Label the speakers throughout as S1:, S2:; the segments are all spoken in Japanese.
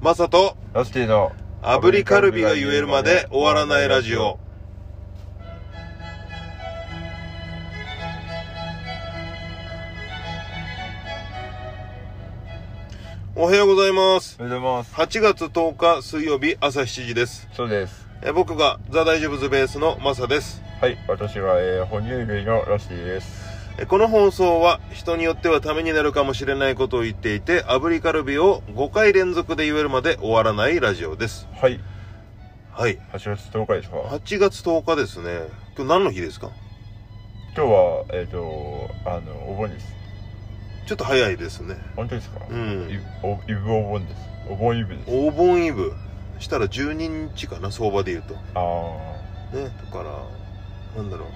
S1: マサと
S2: ラスティの
S1: 炙りカルビが言えるまで終わらないラジオ。おはようございます
S2: おはようございます
S1: 8月10日水曜日朝7時です
S2: そうです
S1: え僕がザ・大丈夫ズベースのマサです
S2: はい私は、えー哺乳類のラスティです
S1: えこの放送は人によってはためになるかもしれないことを言っていて炙りカルビを5回連続で言えるまで終わらないラジオです
S2: はい
S1: はい
S2: 8月10日ですか今
S1: 8月10日ですね今日何の日ですか
S2: 日はえっ、とあのお盆です
S1: ちょっと早いですね
S2: 本当ですか、
S1: う
S2: い
S1: ん
S2: おイブお盆ですお盆イブです
S1: お盆イブしたら12日かな相場で言うと
S2: あ
S1: ねだからなんだろ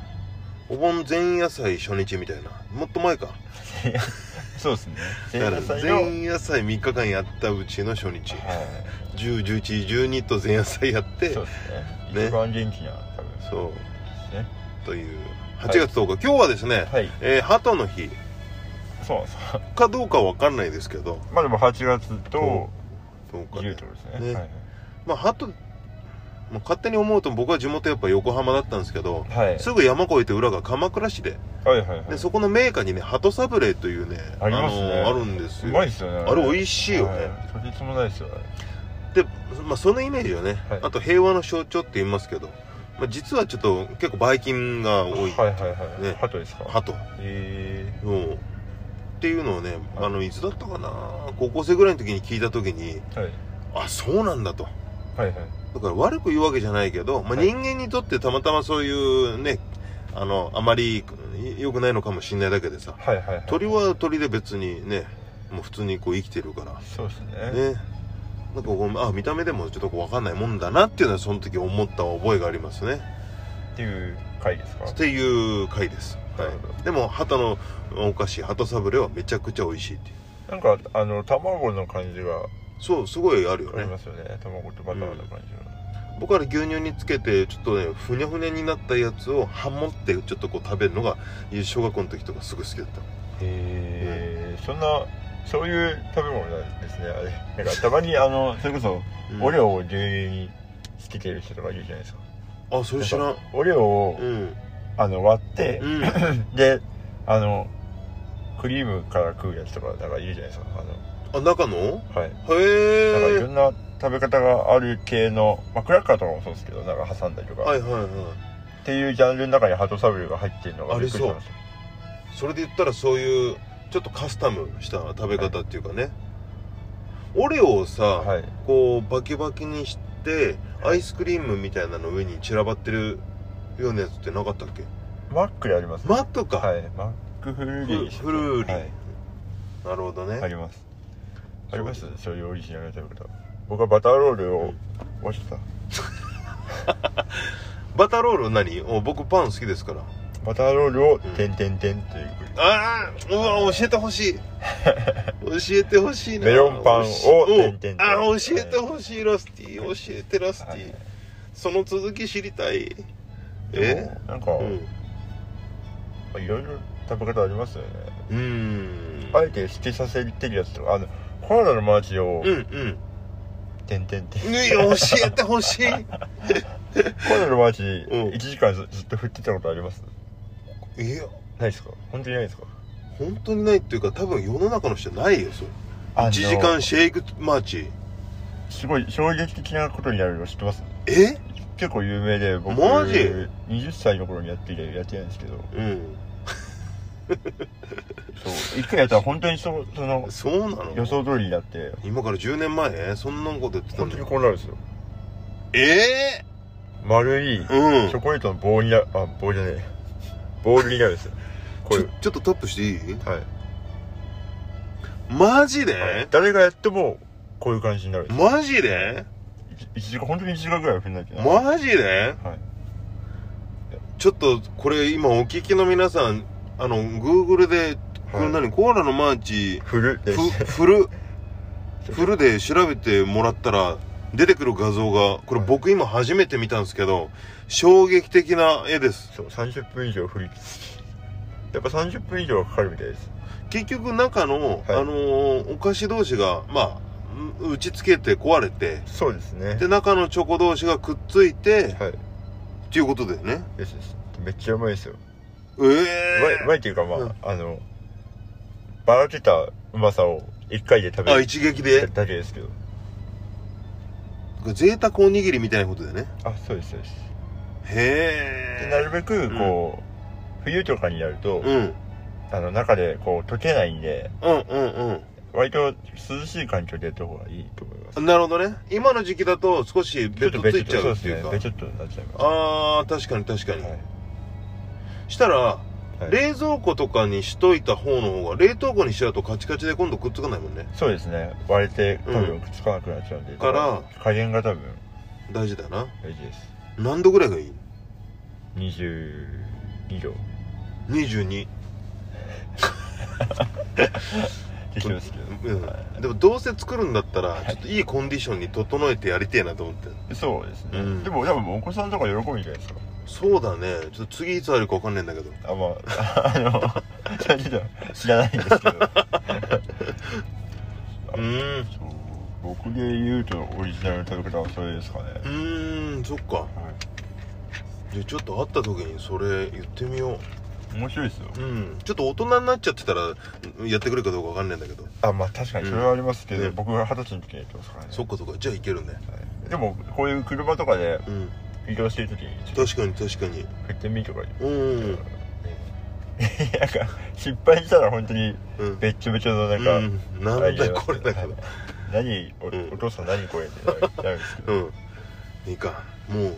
S1: うお盆前夜祭初日みたいなもっと前か
S2: あそうですね前
S1: だから
S2: 夜祭の
S1: 前夜祭3日間やったうちの初日
S2: は
S1: 101112と前夜祭やっ
S2: い
S1: て
S2: そ
S1: そうう
S2: ですね
S1: ね
S2: 一番元気な多分そうですね
S1: という8月10日、今日はですね、
S2: はい
S1: えー鳩の日
S2: そうなんですか
S1: かどうかわかんないですけど
S2: まあでも8月と
S1: 10日
S2: 言
S1: ね
S2: うとですね
S1: ね
S2: はい
S1: まあ鳩、まあ、勝手に思うと僕は地元やっぱ横浜だったんですけど、
S2: はい
S1: すぐ山越えて裏が鎌倉市で
S2: はいはいはい
S1: でそこのメーカーにね鳩サブレーというね
S2: ありますね
S1: のあるんです
S2: う
S1: よ
S2: まいですよね
S1: あれ美味しいよね、
S2: はいとてつもないですよね
S1: で、まあ、そのイメージよね、
S2: はい
S1: あと平和の象徴って言いますけど、まあ、実はちょっと結構ばい菌が多い、
S2: はいはいはい、
S1: ね
S2: ハトですか
S1: 鳩
S2: え
S1: うんっていうのをねあのいつだったかな高校生ぐらいの時に聞いた時に
S2: ーはい、
S1: あそうなんだと
S2: はいはい
S1: だから悪く言うわけじゃないけど、まあ、
S2: はい
S1: 人間にとってたまたまそういうねあのあまり良くないのかもしれないだけでさ
S2: はいはいはい
S1: 鳥は鳥で別にねもう普通にこう生きてるから
S2: そうですね
S1: ねなんかこうあ見た目でもちょっとこう分かんないもんだなっていうのはその時思った覚えがありますね
S2: っていう回ですか
S1: っていう回です、は
S2: なるほ
S1: い、でも鳩のお菓子鳩サブレーはめちゃくちゃ美味しいっていう
S2: なんかあの卵の感じが
S1: そうすごいあるよ
S2: あり
S1: ね
S2: ますよね卵とバターの感じが、
S1: 僕は牛乳につけてちょっとねふにゃふにゃになったやつをハモってちょっとこう食べるのが小学校の時とかすごい好きだった
S2: へえそんなそういう食べ物なんですねあれなんかたまにあのそれこそ
S1: うん
S2: オレオを牛乳につけてる人とかいるじゃないですか
S1: あそれ知らん
S2: オレオを、
S1: うん
S2: あの割って
S1: う、ん
S2: であのクリームから食うやつとかなんかいるじゃないですかあ
S1: あ中の
S2: のは
S1: へ
S2: いなんかいろ
S1: え
S2: んな食べ方がある系の、まあ、クラッカーとかもそうですけどなんか挟んだりとか、
S1: はいはいはい
S2: っていうジャンルの中にハトサブレーが入ってるのが
S1: あ
S2: び
S1: り
S2: っく
S1: そう
S2: りしました
S1: それで言ったらそういうちょっとカスタムした食べ方っていうかね、オレオをさ、
S2: はい
S1: こうバキバキにしてアイスクリームみたいなの上に散らばってるようなやつってなかったっけ
S2: マックであります
S1: マットか、
S2: はいマックフルーリーでした
S1: フルーリー
S2: はい
S1: なるほどね、
S2: ありますあ
S1: そう
S2: りますそういうオリジナルの食べ方僕はバターロールを忘れてた
S1: バターロール何お僕パン好きですから
S2: バターロールを
S1: ん
S2: てんてんてんという
S1: ああうわ教えてほしい教えてほしいな
S2: メロンパンを
S1: うん
S2: 点々と
S1: あー教えてほしいラスティ教えてラスティ、
S2: はい
S1: その続き知りたい
S2: で
S1: え
S2: もなんか
S1: うん
S2: いろいろ食べ方ありますよね
S1: うーん
S2: あえて捨てさせてるやつとかあのコアラのマーチを
S1: うんうん
S2: てんてんてん
S1: ね教えてほ しい
S2: コアラのマーチ
S1: うん
S2: 1時間ずずっと振ってたことあります
S1: いや
S2: ないですか本当にないですか
S1: 本当にないっていうか多分世の中の人ないよそれ
S2: あの
S1: 1時間シェイクマーチ
S2: すごい衝撃的なことになるの知ってます
S1: え
S2: 結構有名で僕
S1: マジ
S2: 20歳の頃にやって以来やってないんですけど
S1: うん
S2: そう一回やったら本当にそその
S1: そうな
S2: 予
S1: の
S2: 想通りになって
S1: 今から10年前そんなこと言ってた
S2: 本
S1: んだ
S2: 当にこうなるんですよ
S1: え
S2: 丸い
S1: えうん
S2: チョコレートの棒になあ棒じゃねえボールになるんですよこ
S1: ち
S2: れ
S1: ょちょっとタップしていい
S2: はい、
S1: マジで、
S2: はい、誰がやってもこういう感じになるんですよ
S1: マジで
S2: 1時間本当に1時間ぐらいは振んないけどな
S1: マジで
S2: はい
S1: ちょっとこれ今お聞きの皆さんあのグーグルで、これ何コーラのマーチ
S2: 振るです
S1: ふフルフルで調べてもらったら出てくる画像がこれ僕今初めて見たんですけど衝撃的な絵です
S2: そう30分以上振りやっぱ30分以上はかかるみたいです
S1: 結局中の、
S2: はい
S1: あのーお菓子同士がまあん打ちつけて壊れて
S2: そうですね
S1: で中のチョコ同士がくっついて
S2: はい
S1: っていうことだよね
S2: ですですめっちゃうまいですよ
S1: え
S2: うまいうまいっていうかまあ、
S1: うん
S2: あのばらけたうまさを一回で食
S1: えあ
S2: べる
S1: 一撃で
S2: だけですけど
S1: 贅沢おにぎりみたいなことだよね
S2: あそうですそうです
S1: へ
S2: で
S1: え
S2: なるべくこう、冬とかになると、
S1: うん
S2: あの中でこう溶けないんで
S1: うんうん
S2: 割と涼しい環境でやった方がいいと思います
S1: うんなるほどね今の時期だと少し
S2: ちょ
S1: ベ
S2: っと
S1: ト
S2: べ
S1: つ
S2: ちょ
S1: い
S2: っ
S1: ち
S2: と
S1: ゃ
S2: そ
S1: う
S2: うで
S1: っ
S2: す
S1: てい
S2: ね
S1: うか
S2: べちょっとになっちゃいます
S1: あー確かに確かに、
S2: はい
S1: したら、
S2: はい
S1: 冷蔵庫とかにしといた方の方が冷凍庫にしちゃうとカチカチで今度くっつかないもんね
S2: そうですね割れて多
S1: う
S2: 分くっつかなくなっちゃうんで、
S1: から
S2: 加減が多分
S1: 大事だな
S2: 大事です
S1: 何度ぐらいがいい
S2: 22度
S1: 22
S2: 適当ですけど、
S1: うんでもどうせ作るんだったらちょっといいコンディションに整えてやりてえなと思って
S2: そうですね、
S1: うん
S2: でも多分お子さんとか喜ぶんじゃないですか
S1: そうだねちょっと次いつあるか分かんないんだけど
S2: あ まああのそれちょっと知らないんですけど
S1: うーんう
S2: そう僕で言うとオリジナルの食べ方はそれですかね、
S1: ーんそっかじゃあちょっと会った時にそれ言ってみよ
S2: 面白いですよ
S1: ううんちょっと大人になっちゃってたらうんやってくれるかどうか分かんないんだけど
S2: あまあ確かにそれはありますけど、
S1: うん
S2: 僕が二十歳の時にやってますからね
S1: そっかそっかじゃあいけるね
S2: はいでもこういう車とかで
S1: うん
S2: 移動してる時にちょっ
S1: 確かに確かに
S2: と振ってみるとか
S1: うん
S2: なんか失敗したら本当に
S1: うん
S2: べっちょべちょのなんか、
S1: うん、なんだこれだから
S2: 何お,、
S1: うん
S2: お父さん何これってなるなるんですけど、
S1: うんいいかもう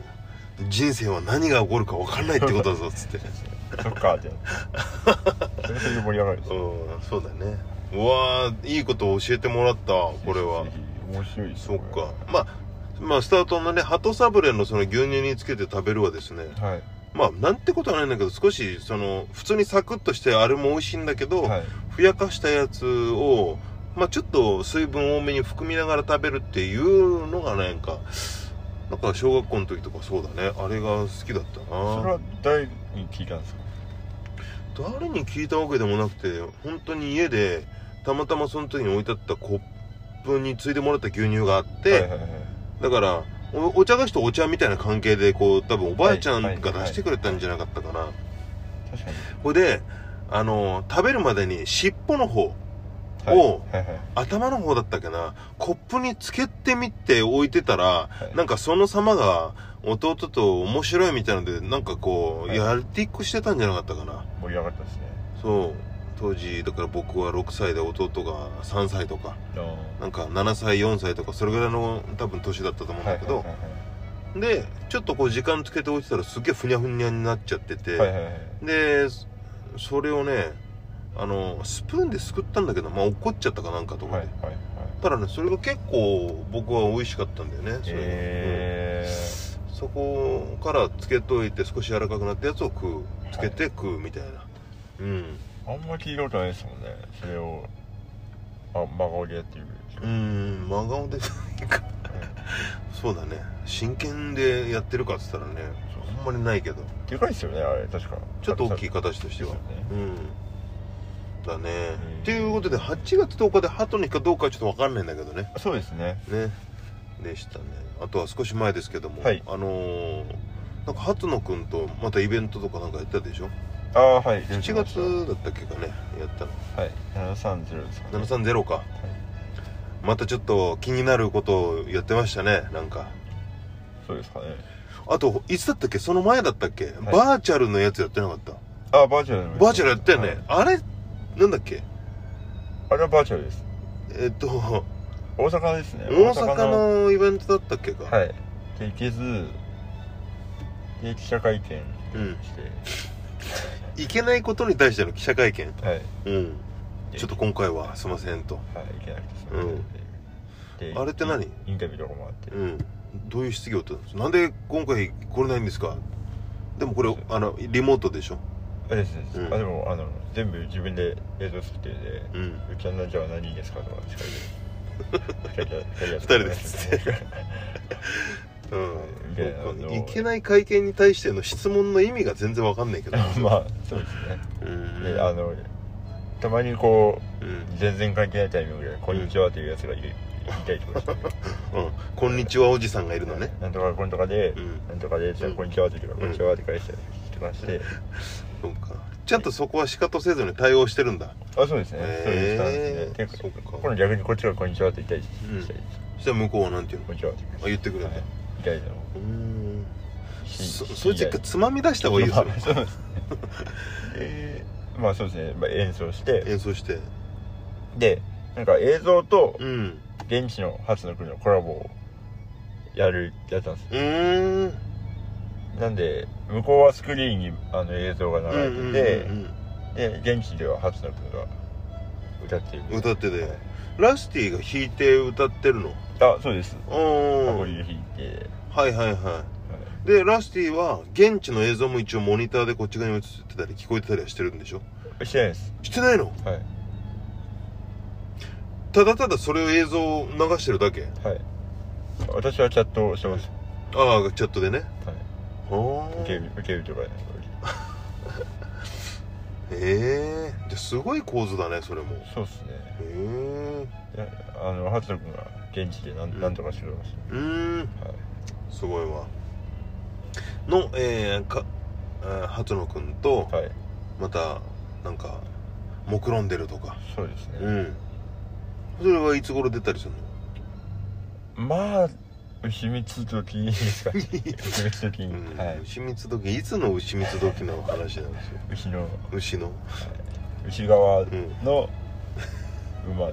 S1: 人生は何が起こるか分かんないってことだぞっつ って
S2: そっかってそれそれで盛り上がるんですよ
S1: うんそうだねうわーいいことを教えてもらったわこれ は
S2: ぜひ面白いです
S1: そ
S2: よ
S1: っかまあまあスタートのね鳩サブレーのその牛乳につけて食べるはですね
S2: これははい
S1: まあなんてことはないんだけど少しその普通にサクッとしてあれも美味しいんだけど、
S2: はい
S1: ふやかしたやつをまあちょっと水分多めに含みながら食べるっていうのがなんかなんか小学校の時とかそうだねあれが好きだった
S2: それ
S1: な
S2: は誰に聞いたんですか
S1: 誰に聞いたわけでもなくて本当に家でたまたまその時に置いてあったコップについでもらった牛乳があって、
S2: はいはいはい
S1: だからおお茶菓子とお茶みたいな関係でこう多分おばあちゃんが
S2: はいはいはい
S1: 出してくれたんじゃなかったかな、
S2: 確かに
S1: ほいであの食べるまでに尻尾の方
S2: はい
S1: おう
S2: はいはい
S1: 頭の方だったっけなコップにつけてみて置いてたら
S2: はい
S1: なんかその様が弟と面白いみたいのでなんかこう
S2: はい
S1: やっていくしてたんじゃなかったかな
S2: 盛り上がったですね
S1: そう当時だから僕は6歳で弟が3歳とか
S2: あ
S1: なんか7歳4歳とかそれぐらいの多分年だったと思うん
S2: は
S1: だ
S2: いはい
S1: け
S2: はい
S1: どでちょっとこう時間つけておいてたらすっげえふにゃふにゃになっちゃってて、
S2: はいはいはい
S1: でそそれをねあのスプーンですくったんだけどまあ怒っちゃったかなんかとか
S2: はい
S1: で、
S2: はいはい
S1: ただねそれが結構僕は美味しかったんだよねそれが
S2: え
S1: うんそこからつけといて少し柔らかくなったやつを食うつけて食うみたいな、うん
S2: ー、あんま聞いたことないですもんねそれをあ真顔でやってる
S1: うん真顔でそうだね真剣でやってるかっつったらねあんまりないけど
S2: でかいですよねあれ確か
S1: ちょっと大きい形と
S2: で
S1: し
S2: す
S1: て
S2: よ
S1: は
S2: ね
S1: うんだね
S2: うん
S1: ということで8月10日でハトにかどうかはちょっと分かんないんだけどね
S2: そうですね
S1: ねでしたねあとは少し前ですけども、
S2: はい
S1: あのーなんか初野くんとまたイベントとかなんかやったでしょ
S2: ああはい
S1: 7月だったっけかねやったの
S2: はい730ですか、ね、
S1: 730か、またちょっと気になることをやってましたねなんか
S2: そうですかね
S1: あといつだったっけその前だったっけ、バーチャルのやつやってなかった
S2: あバーチャルの
S1: バーチャルやったよね、
S2: はい
S1: あれなんだっけ
S2: あれはバーチャルです
S1: えっと
S2: 大阪ですね
S1: 大阪のイベントだったっけか、
S2: はいで行けずで記者会見
S1: うん
S2: して
S1: いけないことに対しての記者会見
S2: はい
S1: うん
S2: で
S1: ちょっと今回はすいませんと
S2: はい行けなくてすいませんっていうで
S1: あれって何
S2: インインタビューとかもあって
S1: うんどういう質疑応答なんですなんで今回来れないんですかでもこれあのリモートでしょ
S2: あですです、
S1: うん
S2: あでもあの全部自分で映像作ってるんで
S1: うん
S2: 「うちゃんなんじゃは何ですか?」とか聞かれて二
S1: 人でつってうん
S2: いや
S1: そうか
S2: あの
S1: いけない会見に対しての質問の意味が全然わかんないけど
S2: まあそうですね
S1: うん
S2: であのたまにこ
S1: う
S2: うん全然関係ないタイミングで「こんにちは」っていうやつがいる、い言いたいところですね
S1: うん「こんにちはおじさんがいるのね
S2: なんとかこんとかで」
S1: う、ん
S2: なんとかで、じゃあこんにちはって言うから、こんにちはって返して、来てまして。
S1: そうかちゃんとそこは仕方せずに対応してるんだ
S2: あ、そうですね。そういうスタン
S1: へ
S2: ス
S1: え
S2: で。
S1: ー、
S2: て
S1: そ
S2: か
S1: うか
S2: この逆にこっちがこんにちはって言いたいし、
S1: うん
S2: したいです
S1: そしたら向こうはなんていうの
S2: こんにちはって言う
S1: あ言ってくれるんだ、
S2: はいみたいなの。
S1: うーんそ
S2: し
S1: そいつ一回つまみ出 した方がいいですよね
S2: そうですねでまあそうですね、まあ、演奏して
S1: 演奏して
S2: でなんか映像と
S1: うん
S2: 現地の初の国のコラボをやるやったんですよ
S1: うーん
S2: なんで向こうはスクリーンにあの映像が
S1: うん
S2: 流
S1: うん
S2: れて
S1: うん
S2: て、で現地では初の国が歌っている
S1: うん歌ってて、
S2: はい
S1: ラスティが弾いて歌ってるの
S2: あそうです
S1: う
S2: ア
S1: ーん
S2: コギで弾いて、
S1: はいはいは
S2: はい
S1: いでラスティは現地の映像も一応モニターでこっち側に映ってたり聞こえてたりはしてるんでしょ
S2: してないです
S1: してないの
S2: はい
S1: ただただそれを映像を流してるだけ
S2: はい私はチャットをしてます、
S1: ああチャットでね
S2: はい、
S1: あー
S2: 受け身受け身とかね
S1: ええじゃあすごい構図だねそれもへ
S2: そうですね
S1: え
S2: いやあのハツ君が現地でなん,、
S1: うん
S2: なんとかしてくれまし
S1: うーん
S2: た、はい、
S1: すごいわのえー、かあー初野くんと
S2: はい、
S1: またなんか目論んでるとか
S2: そうですね、
S1: うんそれはいつ頃出たりするの
S2: まあ牛蜜時ですかね牛蜜時に、
S1: うん
S2: はい
S1: 牛蜜時いつの牛蜜時の話なんですよ
S2: 牛の
S1: 牛の
S2: 牛側
S1: うん
S2: の馬の、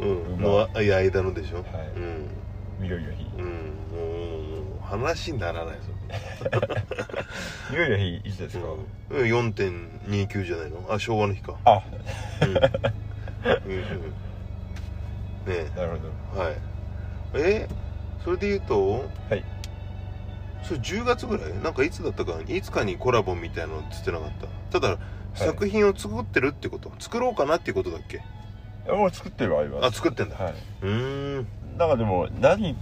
S1: うん
S2: 馬
S1: のあいや間のでしょ、
S2: はい
S1: うん
S2: 緑の日
S1: うんもう話にならないぞ
S2: 緑の日いつですか、
S1: うん4.29じゃないのあ昭和の日か
S2: あ
S1: うんうんうんねえ
S2: なるほど
S1: はいえそれで言うと
S2: はい
S1: それ10月ぐらいなんかいつだったかいつかにコラボみたいなのつってなかったただ作品を作ってるってこと、作ろうかなっていうことだっけ
S2: いやもう作ってるわあります
S1: あ作ってんだ
S2: は
S1: うーん
S2: いなんかでも何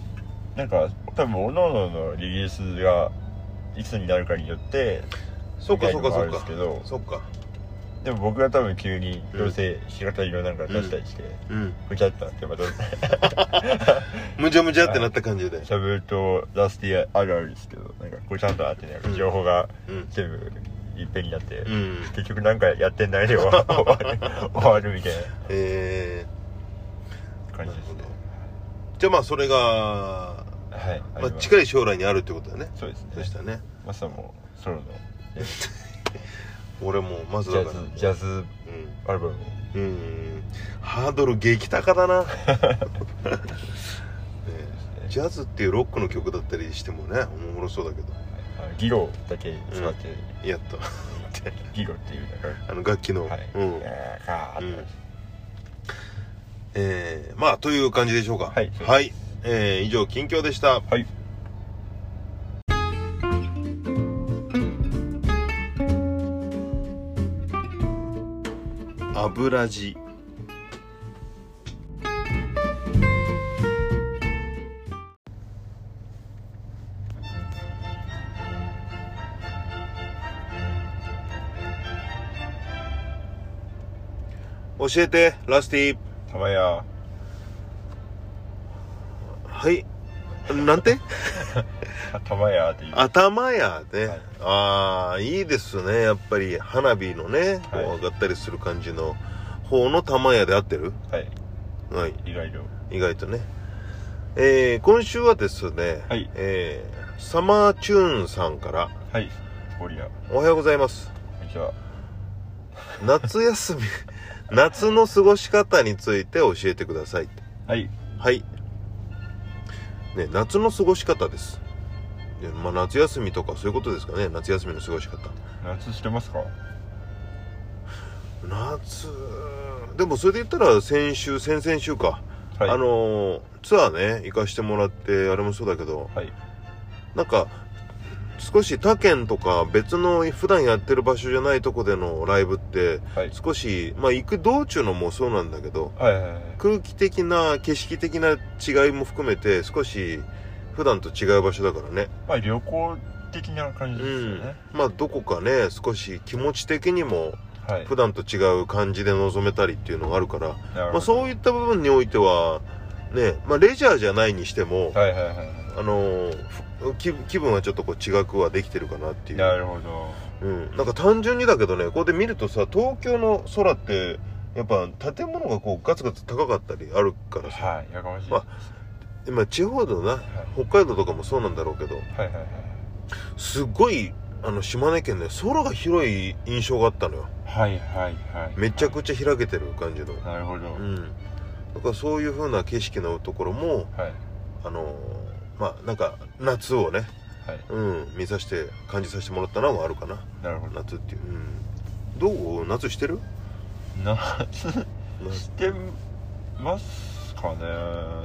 S2: なんか多分各々のリリースがいつになるかによって
S1: そうかそうかそう
S2: みたいなのもあるんです
S1: か
S2: けど
S1: そうか
S2: でも僕が多分急にどうせ仕方色なんか出したりして、
S1: うん
S2: ぐちゃっとなってまた
S1: むじゃむじゃってなった感じで
S2: しゃぶるとラスティあるあるですけどなんかぐちゃっとなってね
S1: うん
S2: 情報が
S1: うん
S2: 全部いっぺんになって、
S1: うん
S2: 結局なんかやってないで終わ終わる終わるみたい
S1: え
S2: な感じですね
S1: ー、じゃあまあそれが、
S2: はい、
S1: まあ、近
S2: い
S1: い将来にあるってことだね
S2: そうですね
S1: そしたらね
S2: マサもソロの
S1: 俺もまず
S2: ジ
S1: だか
S2: ャ
S1: ら
S2: ズジャズアルバム
S1: うんうんハードル激高だな ねえジャズっていうロックの曲だったりしてもねおもろそうだけど
S2: あのギロだけ使って、
S1: やっと
S2: ギロっていうなんか
S1: あの楽器の、
S2: はい、
S1: うん
S2: ガーガーって
S1: うんえー、まあという感じでしょうか
S2: はい
S1: はいえー、以上近況でした
S2: はい
S1: 油地教えてラスティ
S2: たまや
S1: はいなんて
S2: たたまやっていう
S1: 頭やね、
S2: はい
S1: ああいいですねやっぱり花火のね、こう
S2: はい
S1: 上がったりする感じの方の玉屋で合ってる
S2: はい
S1: はい
S2: 意外と
S1: 意外とねえー、今週はですね、
S2: はい
S1: えーサマーチューンさんから
S2: はいゴリラ
S1: おはようございます
S2: こんにちは
S1: 夏休み 夏の過ごし方について教えてください
S2: はい
S1: はい、ね、夏の過ごし方ですでまあ夏休みとかそういうことですかね夏休みの過ごし方
S2: 夏してますか
S1: 夏でもそれで言ったら先週先々週か、
S2: はい
S1: あのーツアーね行かしてもらってあれもそうだけど
S2: はい
S1: なんか少し他県とか別の普段やってる場所じゃないとこでのライブって
S2: はい
S1: 少しまあ行く道中のもそうなんだけど
S2: はいはいはい
S1: 空気的な景色的な違いも含めて少し普段と違う場所だからね
S2: まあ旅行的な感じですよね、
S1: まあどこかね少し気持ち的にも
S2: はい
S1: 普段と違う感じで臨めたりっていうのがあるから
S2: なるほど
S1: まあ、そういった部分においてはねまあ、レジャーじゃないにしても、
S2: はいはいはいは
S1: あのーふ気気分はちょっとこう違くはできてるかなって
S2: い
S1: いう
S2: なるほど
S1: うん、なんか単純にだけどねこうやって見るとさ東京の空ってやっぱ建物がこうガツガツ高かったりあるからさ、
S2: はいやかましい
S1: まあ今地方のな北海道とかもそうなんだろうけど
S2: はいはいはい
S1: すっごいあの島根県ね空が広い印象があったのよ
S2: はいはいはい
S1: めちゃくちゃ開けてる感じの、
S2: なるほど、
S1: うん、だからそういう風な景色のところも
S2: はい
S1: あのーまあなんか夏をね、
S2: はい
S1: うん、見させて感じさせてもらったのはあるかな
S2: なるほど
S1: 夏っていう、うん、どう夏してる
S2: 夏
S1: 夏
S2: してますかね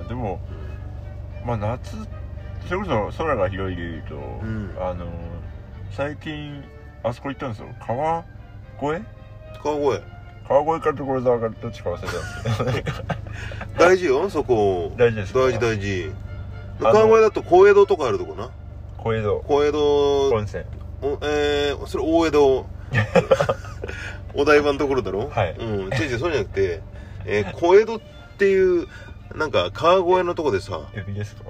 S2: でもまあ夏それこそ空が広いでいうと、
S1: ん
S2: あの最近あそこ行ったんですよ川越
S1: 川越
S2: 川越から所沢からどっちか忘れたんですけど
S1: 大事よそこ
S2: 大事ですか
S1: 大事大事
S2: あの
S1: 川越だと高江戸とかあるとこな
S2: 小江戸
S1: 高江戸
S2: 温泉
S1: おえー、それ大江 戸お台場のところだろ
S2: はい
S1: うん違う違うそうじゃなくて、えー、小江戸っていうなんか川越のとこでさ
S2: エビですか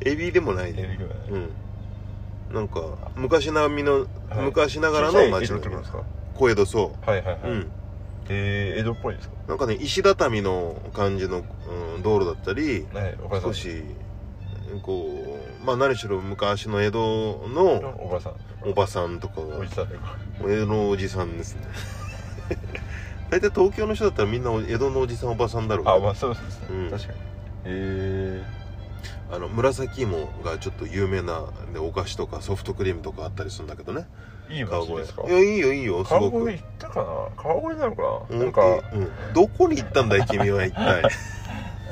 S1: エビでもない
S2: エ
S1: ね
S2: ビぐらい
S1: うんなんか昔並みの、
S2: はい
S1: 昔ながら
S2: 小さ
S1: の
S2: い江
S1: 町
S2: 戸
S1: の
S2: ってことですか
S1: 小江戸そ
S2: はいはいは
S1: う、
S2: い、
S1: うん
S2: えー、江戸っぽいです
S1: なんかね石畳の感じの、うん、道路だったり
S2: かはいおばさん
S1: 少しこうまあ何しろ昔の江戸の
S2: おばさんとか
S1: おばさんとか
S2: おじさんとか
S1: 江戸のおじさんですね 大体東京の人だったらみんな江戸のおじさんおばさんだろうけど
S2: あまあそうですね、
S1: うん
S2: 確かにえ
S1: あの紫芋がちょっと有名なでお菓子とかソフトクリームとかあったりするんだけどね
S2: ー、いい
S1: 川
S2: 街です
S1: 越
S2: か
S1: いやいいよいいよす
S2: 川
S1: ごく
S2: 越行ったかな川越なのかな、
S1: う
S2: なんか、
S1: えうんどこに行ったんだい君は一 体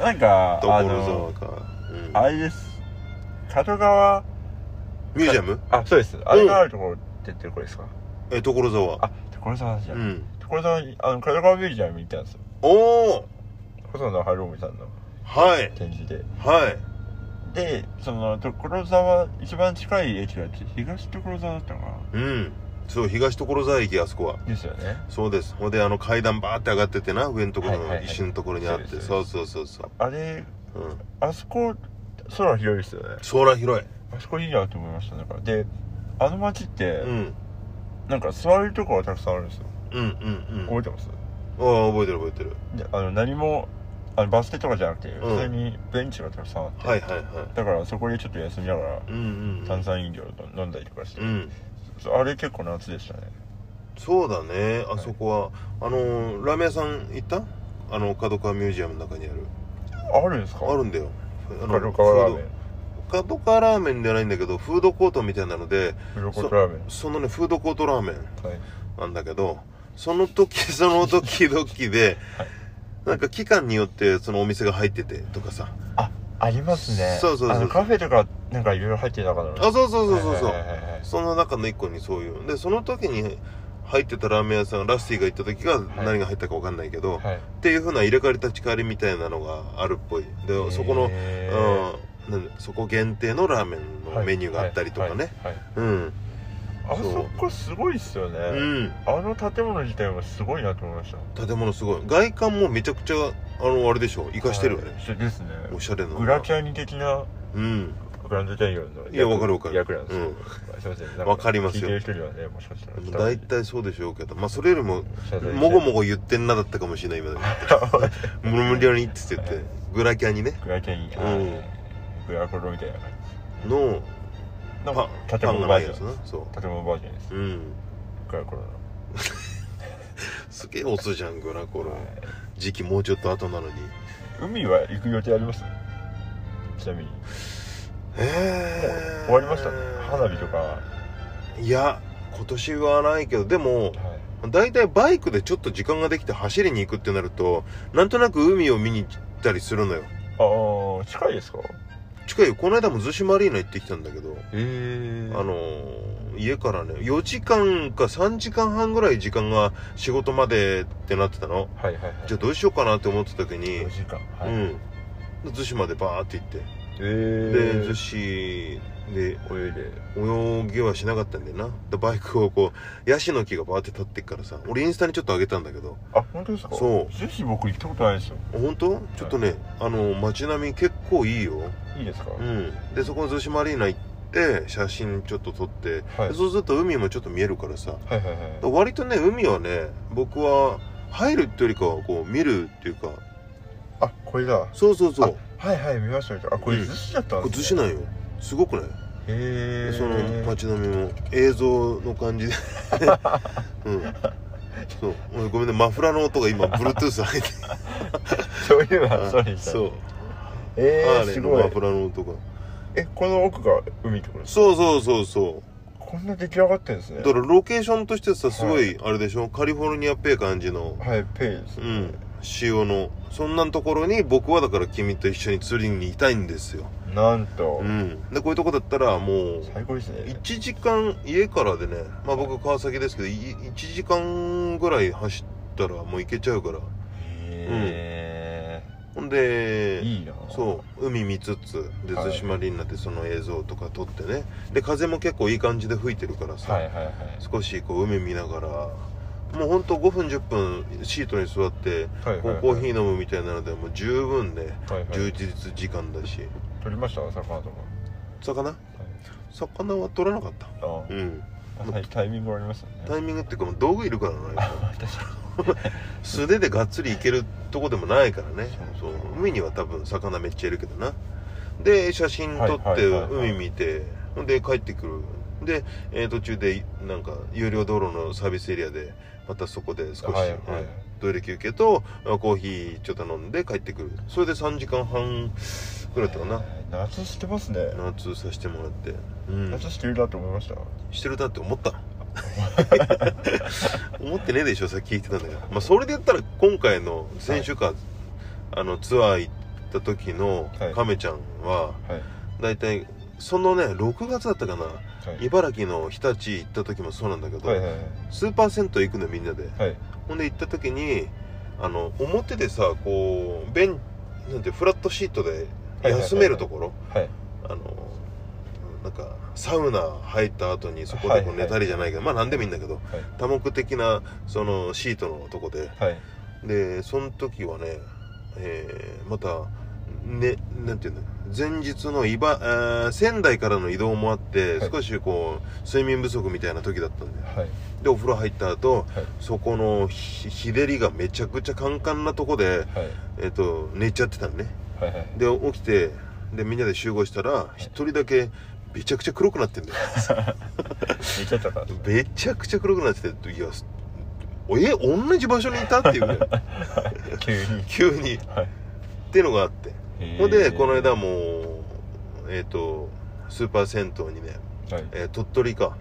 S2: なんかあの
S1: 所沢か、うん、
S2: あれです角川
S1: ミュージアム
S2: あそうですあれがあるところってどこですか、
S1: え所沢
S2: あ所沢じゃ、
S1: うんん
S2: 所沢にあの角川ミュージアム行ったんですよ
S1: おお
S2: 細野晴臣さんの
S1: はい
S2: 展示で
S1: はい
S2: でその所沢一番近い駅が東所沢だったのか
S1: うんそう東所沢駅あそこは
S2: なですよね
S1: そうですほんであの階段バーって上がっててな上のところ
S2: はいはい
S1: の
S2: はい
S1: 石のところにあって、
S2: そうです
S1: そうそうそうそう
S2: あれ
S1: う、ん、
S2: あそこ空広いですよね
S1: 空広い
S2: あそこいいなと思いましただからであの街って、
S1: うん
S2: なんか座るとこがたくさんあるんですよ
S1: うんうんうん
S2: 覚えてます
S1: ああ覚えてる覚えてる
S2: であの何もあのバス停とかじゃなくて
S1: うん
S2: 普通にベンチがたくさんあって、
S1: はいはいは
S2: だからそこでちょっと休みながら
S1: いうんうん
S2: 炭酸飲料と飲んだりとかして、
S1: うん
S2: そうあれ結構夏でしたね
S1: そうだね
S2: い
S1: あそこは、あのーラーメン屋さん行ったあの角川ミュージアムの中にある
S2: あるんですか
S1: あるんだよあの
S2: 黒川ラーメン
S1: フード角川ラーメンじゃないんだけどフードコートみたいなので
S2: 黒川ラーメン
S1: そのねフードコートラーメン
S2: はい
S1: なんだけどその時 その時々で、
S2: はい
S1: なんか期間によってそのお店が入っててとかさ
S2: ありますね
S1: そうそうそうそう
S2: あのカフェとかなんかいろいろ入ってたから
S1: あそうそうそうそうそう、
S2: はいはいはいはい
S1: その中の一個にそういうでその時に入ってたラーメン屋さんラスティが行った時が
S2: はい
S1: 何が入ったか分かんないけど、
S2: はい
S1: っていうふうな入れ替わり立ち替わりみたいなのがあるっぽいでそこの、
S2: へ
S1: う
S2: ー
S1: ん、なんでそこ限定のラーメンのメニューがあったりとかね、
S2: はいはい
S1: うん
S2: はいあそこすごいっすよね、
S1: うん
S2: あの建物自体もすごいなと思いました
S1: 建物すごい外観もめちゃくちゃあのあれでしょ生かしてるよね、
S2: はいそうですね
S1: おしゃれな
S2: グラキャニ的な
S1: うん
S2: グランドジャイアンの役
S1: いやわかるわかる
S2: 役なんですよ、
S1: うん
S2: すいませんなん
S1: わかりますよ
S2: 聞いてる人にはねもしかしたら
S1: 大体そうでしょうけどまあそれよりも
S2: 謝罪して
S1: もごもご言ってんなだったかもしれない今だ けど無理やりって言ってグラキャにね
S2: グラキャニ、
S1: うん
S2: グラコロみたいな感
S1: の
S2: じなん
S1: パ
S2: か
S1: ン
S2: 建
S1: パン
S2: 物
S1: が
S2: バ
S1: な
S2: ー
S1: いや
S2: ジ
S1: つ
S2: ョン
S1: なそ
S2: 建物バージョンで
S1: う
S2: す
S1: うん
S2: グラコロの
S1: すげえ押すじゃんグラコロ時期もうちょっと後なのに
S2: 海は行く予定ありますちなみに
S1: ええ
S2: 終わりましたね花火とか、はい
S1: や今年はないけどでも
S2: い、
S1: 大体バイクでちょっと時間ができて走りに行くってなるとなんとなく海を見に行ったりするのよ
S2: ああ近いですか
S1: 近いよこの間も逗子マリーナ行ってきたんだけど
S2: ええ
S1: あのー家からね4時間か3時間半ぐらい時間が仕事までってなってたの
S2: はいはいはい
S1: じゃあどうしようかなって思ってた時に、
S2: 4時間は
S1: う
S2: い、
S1: んで逗子までバーって行って
S2: ええ
S1: で逗子で
S2: 泳いで
S1: 泳ぎはしなかったんだよなでバイクをこうヤシの木がバーって立ってっからさ俺インスタにちょっと上げたんだけど
S2: あ本当ですか
S1: そう
S2: ぜひ僕行ったことないですよ
S1: 本当ちょっとね、あの街並み結構いいよ
S2: いいですか、
S1: うんでそこの逗子マリーナ行って写真ちょっと撮って、
S2: はい、
S1: でそうすると海もちょっと見えるからさ
S2: はいはいはい
S1: 割とね海はね僕は入るってよりかはこう見るっていうか
S2: あこれだは
S1: そうそうそう
S2: いはい見ました見ましたあこれ
S1: うん
S2: 寿司だった
S1: こ
S2: ん
S1: れ
S2: で
S1: 逗
S2: す
S1: 子
S2: ね、
S1: なんよすごくない
S2: へえ
S1: その街並みも映像の感 じでうんそう俺ごめんねマフラーの音が今 Bluetooth 入って
S2: そういう
S1: あ
S2: 話 そうでした
S1: そう
S2: え
S1: ハ
S2: ー、
S1: ーレ
S2: す
S1: ーの
S2: ごい
S1: マフラーの音が
S2: えこの奥が海ってことですか
S1: そうそうそうそ
S2: こんな出来上がってるんです
S1: う
S2: ね
S1: だからロケーションとしてさすご
S2: はい
S1: あれでしょカリフォルニアっぺえ感じの
S2: はいペイです、
S1: うん塩のそんなところに僕はだから君と一緒に釣りにいたいんですよ
S2: なんと、
S1: うんでこういうとこだったらもう
S2: 最高ですね
S1: 1時間家からでねまあ僕川崎ですけど1時間ぐらい走ったらもう行けちゃうから
S2: へ
S1: ほん
S2: え、
S1: で
S2: いいな
S1: そう海見つつで
S2: はい
S1: 対馬リンナでその映像とか撮ってねで風も結構いい感じで吹いてるからさ、
S2: はいはいはい
S1: 少しこう海見ながらもうほんと5分10分シートに座って
S2: はい
S1: こうコーヒー飲むみたいなのでもう十分ね
S2: はいはい
S1: 充実時間だし
S2: 取りました魚とか
S1: 魚魚は取らなかった
S2: あ
S1: うん
S2: あはいタイミングありますよ
S1: タ
S2: ね
S1: イミングっていうかもう道具いるからな
S2: あ確か
S1: 素手でがっつりいけるとこでもないからね
S2: そ
S1: そうう海には多分魚めっちゃいるけどなで写真撮っ
S2: はい
S1: て
S2: はいはいはい
S1: 海見てほんで帰ってくるで、えー途中でなんか有料道路のサービスエリアでまたそこで少し、
S2: にはいはい
S1: うんトイレ休憩とあコーヒーちょっと飲んで帰ってくるそれで3時間半ぐらいだったかな
S2: えー夏してますね
S1: 夏させてもらってうん
S2: 夏してるなと思いました
S1: してるなって思った 思ってねえでしょさっき言ってたんだけど、まあ、それで言ったら今回の先週か、あのツアー行った時の
S2: はい
S1: 亀ちゃんは
S2: はい
S1: 大体そのね6月だったかな
S2: はい
S1: 茨城の日立行った時もそうなんだけど、
S2: はいはいはい
S1: スーパー銭湯行くのみんなで
S2: はい
S1: ほんで行った時にあの表でさこうベンなんてフラットシートで休めるところ
S2: はい
S1: あのなんかサウナ入った後にそこでこ
S2: は
S1: う
S2: いは
S1: 寝
S2: い
S1: たりじゃないけど、まあ何でもいいんだけど、多目的なそのシートのとこで
S2: はい
S1: でその時はね、えーまたねなんていうの前日のいば、えー仙台からの移動もあって、
S2: はい
S1: 少しこう睡眠不足みたいな時だったんだよ
S2: はい
S1: でお風呂入った後、
S2: はい
S1: そこのひ日照りがめちゃくちゃカンカンなとこで、
S2: はい
S1: えっと寝ちゃってたのね
S2: はいはい
S1: で起きてでみんなで集合したら一人だけめちゃくちゃ黒くなってんだよ
S2: 寝ちゃったから
S1: めちゃくちゃ黒くなってていやすえ同じ場所にいたってい うぐらい
S2: 急に
S1: 急にっ
S2: はい
S1: ていうのがあって
S2: へー
S1: ほんでこの間もうえっ、とスーパー銭湯にね、
S2: はい
S1: えー鳥取か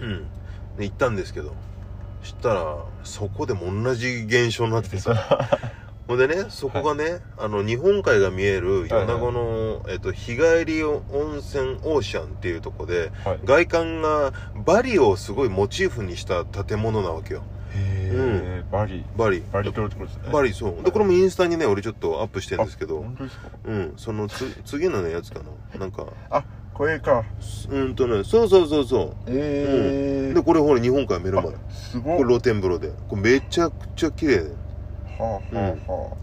S1: うんで行ったんですけどしたらそこでも同じ現象になっててさ
S2: は
S1: ほんでねそこがね、あの日本海が見える米子の、えっと、日帰り温泉オーシャンっていうとこで
S2: いはい
S1: 外観がバリをすごいモチーフにした建物なわけよ
S2: へえバリ
S1: バリ
S2: バリ島ってことですね
S1: バリそうでこれもインスタにね俺ちょっとアップしてるんですけど
S2: 本当ですか
S1: うんそのつ次のねやつかななんか
S2: あこれか
S1: すうんとねそうそうそうそ
S2: え
S1: う
S2: え
S1: でこれほら日本海目の前
S2: す
S1: こ
S2: ごい
S1: れ露天風呂でこれめちゃくちゃ綺麗で
S2: はあはあは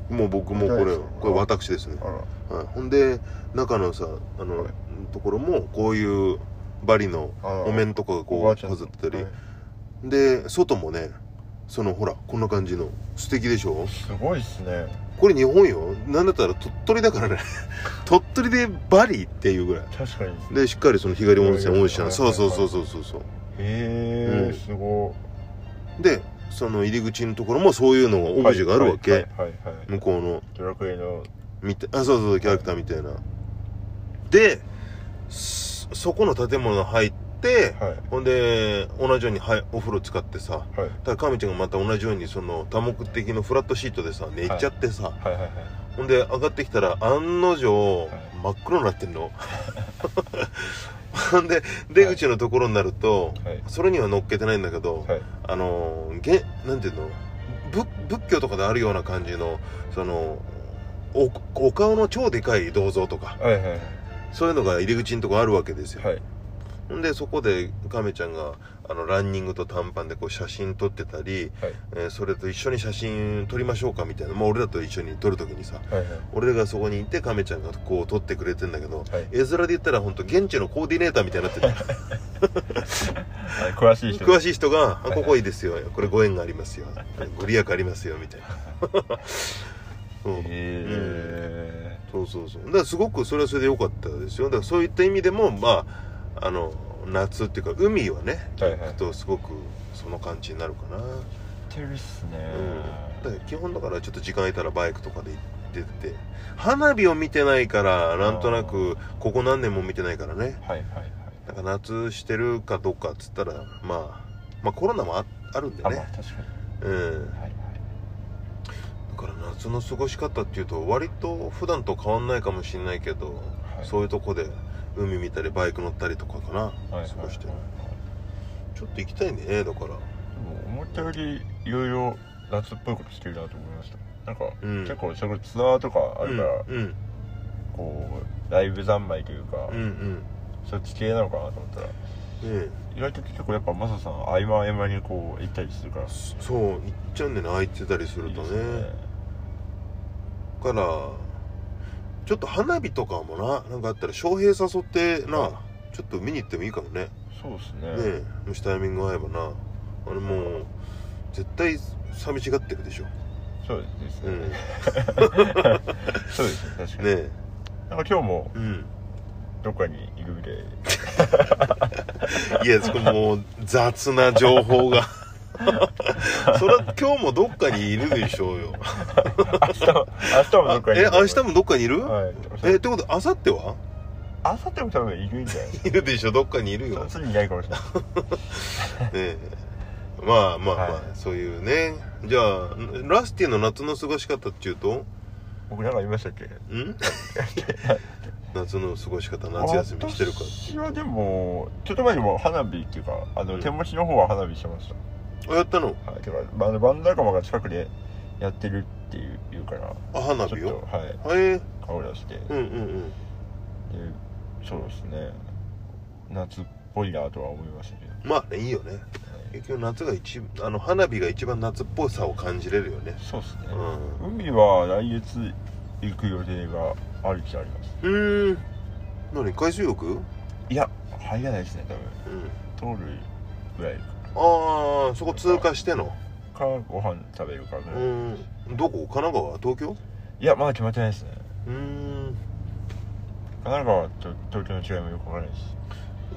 S1: もう僕もこれこれ私ですね
S2: ああら
S1: はい、ほんで中のさあの、
S2: はい
S1: ところもこういうバリの
S2: あら
S1: お面とかが
S2: お
S1: こ
S2: ばあ
S1: う
S2: ちゃん
S1: 飾ってたり、
S2: はい
S1: で外もねそのほらこんな感じの素敵でしょ
S2: すごいですね
S1: これ日本よなんだったら鳥取だからね 鳥取でバリっていうぐらい
S2: 確かに
S1: でしっかりその日帰り温泉
S2: は
S1: 温
S2: いはい
S1: 泉、
S2: はい
S1: そうそうそうそうそうそう
S2: へ
S1: う
S2: え
S1: ん
S2: すご
S1: でその入り口のところもそういうのが
S2: い
S1: オブジェがあるわけ、
S2: はいはいはいはい
S1: 向こうの
S2: ドラクエの
S1: みたあそうそうキャラクターみたいなでそそこの建物入って、
S2: はい
S1: ほんで同じようにはいお風呂使ってさ
S2: はい
S1: ただ亀ちゃんがまた同じようにその多目的のフラットシートでさ寝ちゃってさ、
S2: はいはいはい
S1: ほんで上がってきたら案の定、真っ黒になってん のほんで出口のところになると、
S2: はい
S1: それには乗っけてないんだけど、
S2: はい
S1: あのーげなんていうのぶ仏教とかであるような感じのそのおお顔の超でかい銅像とか
S2: はいはいはい
S1: そういうのが入り口のとこあるわけですよ、
S2: はい
S1: ほんでそこで亀ちゃんがあのランニングと短パンでこう写真撮ってたり、
S2: はい
S1: えーそれと一緒に写真撮りましょうかみたいな、まあ、俺らと一緒に撮る時にさ
S2: はいはい
S1: 俺がそこにいて亀ちゃんがこう撮ってくれてんだけど
S2: はい
S1: 絵面で言ったら本当現地のコーディネーターみたいになってて
S2: はい詳しい人
S1: 詳
S2: しい
S1: しい人が「あここいいですよこれご縁がありますよご利益ありますよ」みたいな そう
S2: え
S1: そうそうそうだからすごくそれはそれで良かったですよだからそういった意味でもまああの夏っていうか海はね
S2: ー、はいはい
S1: 行くとすごくその感じになるかな、
S2: てるっすね、
S1: うん、だから基本だからちょっと時間空いたらバイクとかで行ってて花火を見てないからなんとなくここ何年も見てないからね
S2: はいはいはい
S1: なんか夏してるかどうかっつったらまあまあコロナもああるんで
S2: あまあ
S1: ね
S2: 確か
S1: うん
S2: にはい
S1: だから夏の過ごし方っていうと割と普段と変わんないかもしんないけど、
S2: はい
S1: そういうとこで海見たりバイク乗ったりとかかな、
S2: はいはい
S1: 過ごしてる
S2: はいはい
S1: ちょっと行きたいねだから
S2: でも思ったよりいろいろ夏っぽいことしてるなと思いましたなんか、
S1: うん
S2: 結構それこそツアーとかあるから、
S1: うんうん
S2: こうライブ三昧というか、
S1: うんうんね
S2: そっち系なのかなと思ったら
S1: え
S2: 意外と結構やっぱマサさん合間合間にこう行ったりするから
S1: そそう行っちゃうんだよね空いてたりするとね
S2: いいですね
S1: だからちょっと花火とかもななんかあったら翔平誘ってな、
S2: は
S1: ちょっと見に行ってもいいかもねね
S2: そうですね
S1: えもしタイミング合えばなあれもう絶対寂しがってるでしょ
S2: そうです
S1: う
S2: ね、
S1: んね
S2: そうですね確かに、
S1: え
S2: なんか今日も
S1: うん
S2: どっかにいるみたいで
S1: いやそこもう雑な情報が それ今日もどっかにいるでしょうよ
S2: 明日も明日もどっかにい
S1: え
S2: ると思
S1: 明
S2: いま
S1: 日もどっ
S2: す
S1: かにいる、
S2: はい
S1: えってこと明後日は
S2: 明後日も多分いるんじゃないですか
S1: いるでしょどっかにいるよ、ね
S2: そっちにいないかもしれない
S1: え、まあまあまあ、
S2: はい
S1: そういうねじゃあラスティの夏の過ごし方っていう と
S2: 僕なんか言いましたっけ
S1: ん夏の過ごし方夏休みしてるか
S2: 私はでもちょっと前にも花火っていうかあの、
S1: うん
S2: 手持ちの方は花火してまし
S1: あやったの
S2: たはいてかまああのバンド仲間が近くでやってるっていう言うから
S1: あ花火
S2: ちょ
S1: よ
S2: っとはい
S1: え
S2: 顔出して、
S1: ー、
S2: で
S1: うんうん
S2: そうですね夏っぽいなとは思いましたけど、
S1: うんまあねいいよね
S2: はい
S1: 結局夏が一あの花火が一番夏っぽさを感じれるよね
S2: そうですね、
S1: う
S2: 海は来月行く予定がある気があります
S1: うーん何海水浴うん
S2: いや入らないですね多分通るぐらい
S1: ああそこ通過しての
S2: かご飯食べるかぐらい、
S1: う
S2: い
S1: んどこ神奈川東京
S2: やまだ決まってないですね
S1: うーん
S2: 神奈川と東京の違いもよくわからないし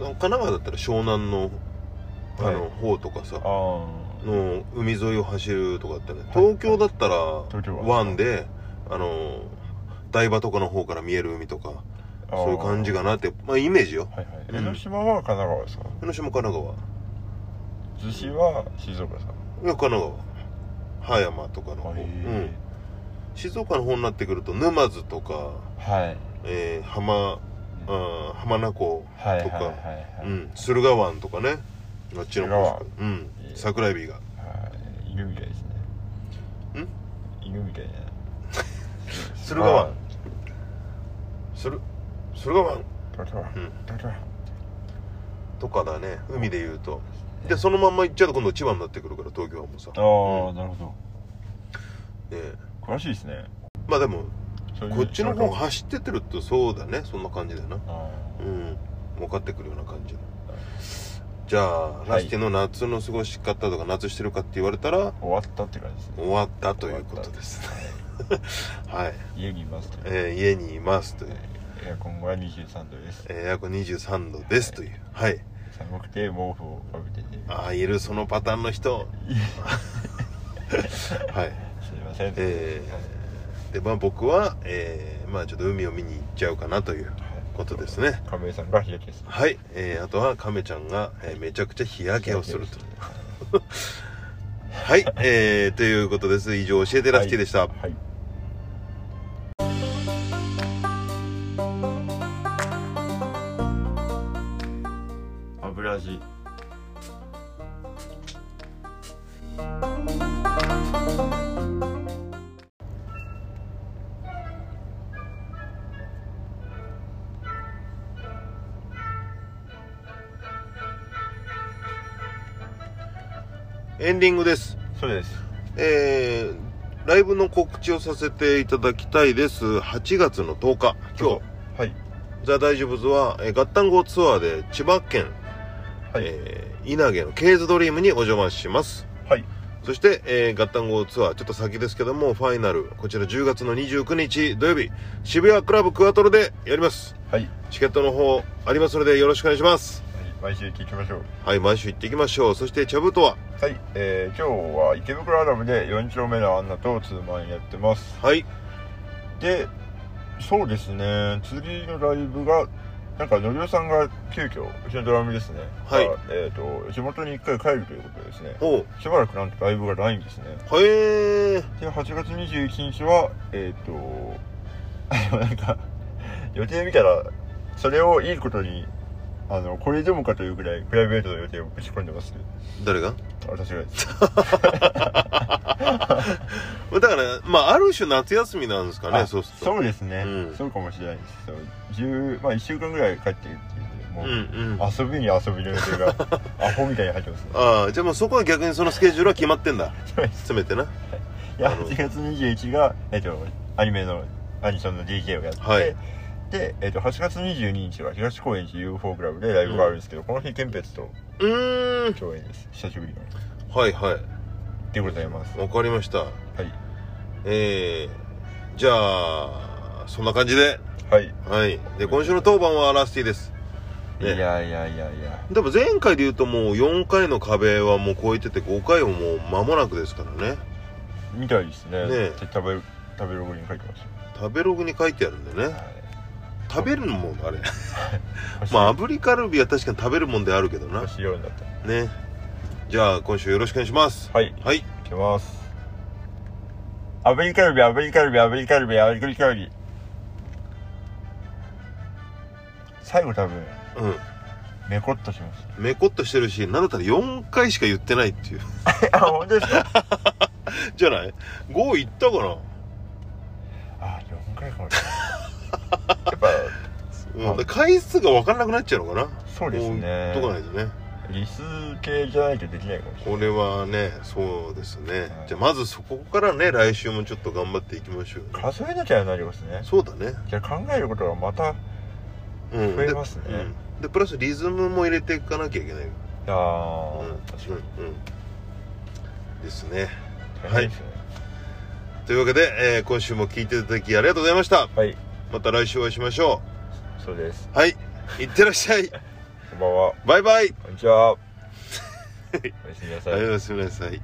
S1: 神奈川だったら湘南のあの、
S2: はい
S1: 方とかさ
S2: あ
S1: の海沿いを走るとかってね東京だったら
S2: 東京は
S1: 湾であの台場とかの方から見える海とか
S2: あ
S1: そういう感じかなってまあイメージよ
S2: はいはい
S1: うん
S2: 江ノ島は神奈川ですか
S1: 江ノ島神奈川
S2: 逗子は静岡ですか
S1: いや神奈川葉山とかの方、うん、静岡の方になってくると沼津とか、
S2: はい
S1: えー浜あー浜名湖
S2: はいはい
S1: とか
S2: はいは
S1: う
S2: い、
S1: ん、駿河湾とかねあっちの
S2: 駿河湾
S1: 方うん桜エビが
S2: はいいるみたいですねんいるみたいな
S1: 駿河湾駿駿河湾
S2: 東京湾
S1: うん
S2: 東京湾
S1: とかだね海で言うとでそのまんま行っちゃうと今度千葉になってくるから東京湾もさ、ね
S2: ああ、なるほ
S1: え、
S2: ど詳しいですね
S1: まあでも
S2: そういう
S1: こっちの方
S2: あ
S1: 走ってってるとそうだねそんな感じだよなう
S2: あ
S1: ん儲かってくるような感じのじゃあラスティの夏の過ごし方とか夏してるかって言われたら
S2: 終わったって感じですね
S1: 終わったということですね はい、
S2: 家にいますという
S1: えー家にいますという
S2: エアコンは23度です
S1: えーエアコン23度ですというはい、
S2: 寒くて毛布をかぶってて
S1: ああいるそのパターンの人はい
S2: すいません
S1: えーでまあ僕は、えーまあちょっと海を見に行っちゃうかなということですね
S2: 亀井さんが日焼けする
S1: はい、えーあとは亀ちゃんが、えーめちゃくちゃ日焼けをするとはい、えーということです以上教えてラスティでした、
S2: はい油地
S1: エンディングです
S2: そうです
S1: えーライブの告知をさせていただきたいです8月の10日今日
S2: はい
S1: ザ・大丈夫ズは、えー、ガッタンゴツアーで千葉県、
S2: はい、
S1: えー稲毛のケーズドリームにお邪魔します
S2: はい
S1: そして、えーガッタンゴツアーちょっと先ですけどもファイナルこちら10月の29日土曜日渋谷クラブクアトロでやります
S2: はい、はい、
S1: チケットの方ありますのでよろしくお願いします
S2: 毎週聞きましょう
S1: はい毎週行っていきましょうそして茶ブとは
S2: はい、えー、今日は池袋アダムで4丁目のアンナとツーマンやってます
S1: はい
S2: でそうですね次のライブがなんかのりおさんが急遽うちのドラムですね
S1: はい
S2: がえー、と地元に1回帰るということでですね
S1: おう
S2: しばらくなんとライブがないんですね
S1: はえー
S2: で8月21日はえっ、ー、と あのなんか予定見たらそれをいいことにあのこれでもかというぐらいプライベートの予定をぶち込んでます
S1: 誰が
S2: 私がです
S1: まあだから、まあ、ある種夏休みなんですかね、
S2: あ
S1: そうすると。
S2: そうですね、
S1: うん
S2: そうかもしれないですそう10まあ1週間ぐらい帰ってるっていうのでも
S1: う
S2: う、
S1: んうん。あ
S2: 遊びに遊びの予定 がアホみたいに入ってますね
S1: あー、じゃあもうそこは逆にそのスケジュールは決まってんだ。
S2: そうです
S1: 詰めてな。
S2: いや
S1: なるほど
S2: 8月21日が、えっと、アニメのアニソンの DJ をやって、
S1: はい
S2: で、えっと、8月22日は東高円寺 UFO クラブでライブがあるんですけど、この日天別と
S1: うーん。
S2: 共演です久しぶりの
S1: はいはい。
S2: でございますは
S1: わかりました。
S2: い
S1: えー、じゃあ、そんな感じで。
S2: はい、
S1: はい。で、今週の当番はラスティです。ね
S2: いやいやいやいや
S1: でも前回で言うともう4回の壁はもう超えてて5回をもう間もなくですからね。
S2: みたいですね
S1: ねえ
S2: で食べ食べログに書いてます
S1: 食べログに書いてあるんでね。食べるもんあれ。まあ
S2: ま
S1: 炙りカルビは確かに食べるもんであるけど
S2: あ
S1: な。
S2: 星4だった
S1: ね。じゃあ今週よろしくお願いします。
S2: はい
S1: はい。
S2: いきますアベリカルビアベリカルビアベリカルビアベリカルビ最後多分
S1: うん。
S2: めこっとしまし
S1: めこっとしてるし、なんだったら4回しか言ってないっていう。
S2: た あ本当ですか
S1: じゃない ?5 言ったかな
S2: あ4回かもしれないやっ
S1: うん。だから回数が分かんなくなっちゃうのかな
S2: ぱそうですね
S1: こう言っとかないとね。
S2: 理数系じゃないとできないかもしれ
S1: これはね、そうですね。
S2: はい
S1: じゃあまずそこからね、来週もちょっと頑張っていきましょうよ。
S2: ない数えなきゃなりますね
S1: そうだね。
S2: じゃあ考えることがまたい
S1: うん。
S2: 増えますね
S1: でうんで、プラスリズムも入れていかなきゃいけないよ。
S2: や
S1: うん。うん
S2: ー、
S1: うん。ですね。
S2: 大変ですね
S1: というわけで、えー今週も聞いていただきありがとうございました。
S2: はい
S1: また来週お会いしましょ
S2: そうです
S1: う。はい。いってらっしゃ い。
S2: こんばんは
S1: バイバイ。
S2: こんにちはおやすみな
S1: お
S2: さい
S1: やすみなさい。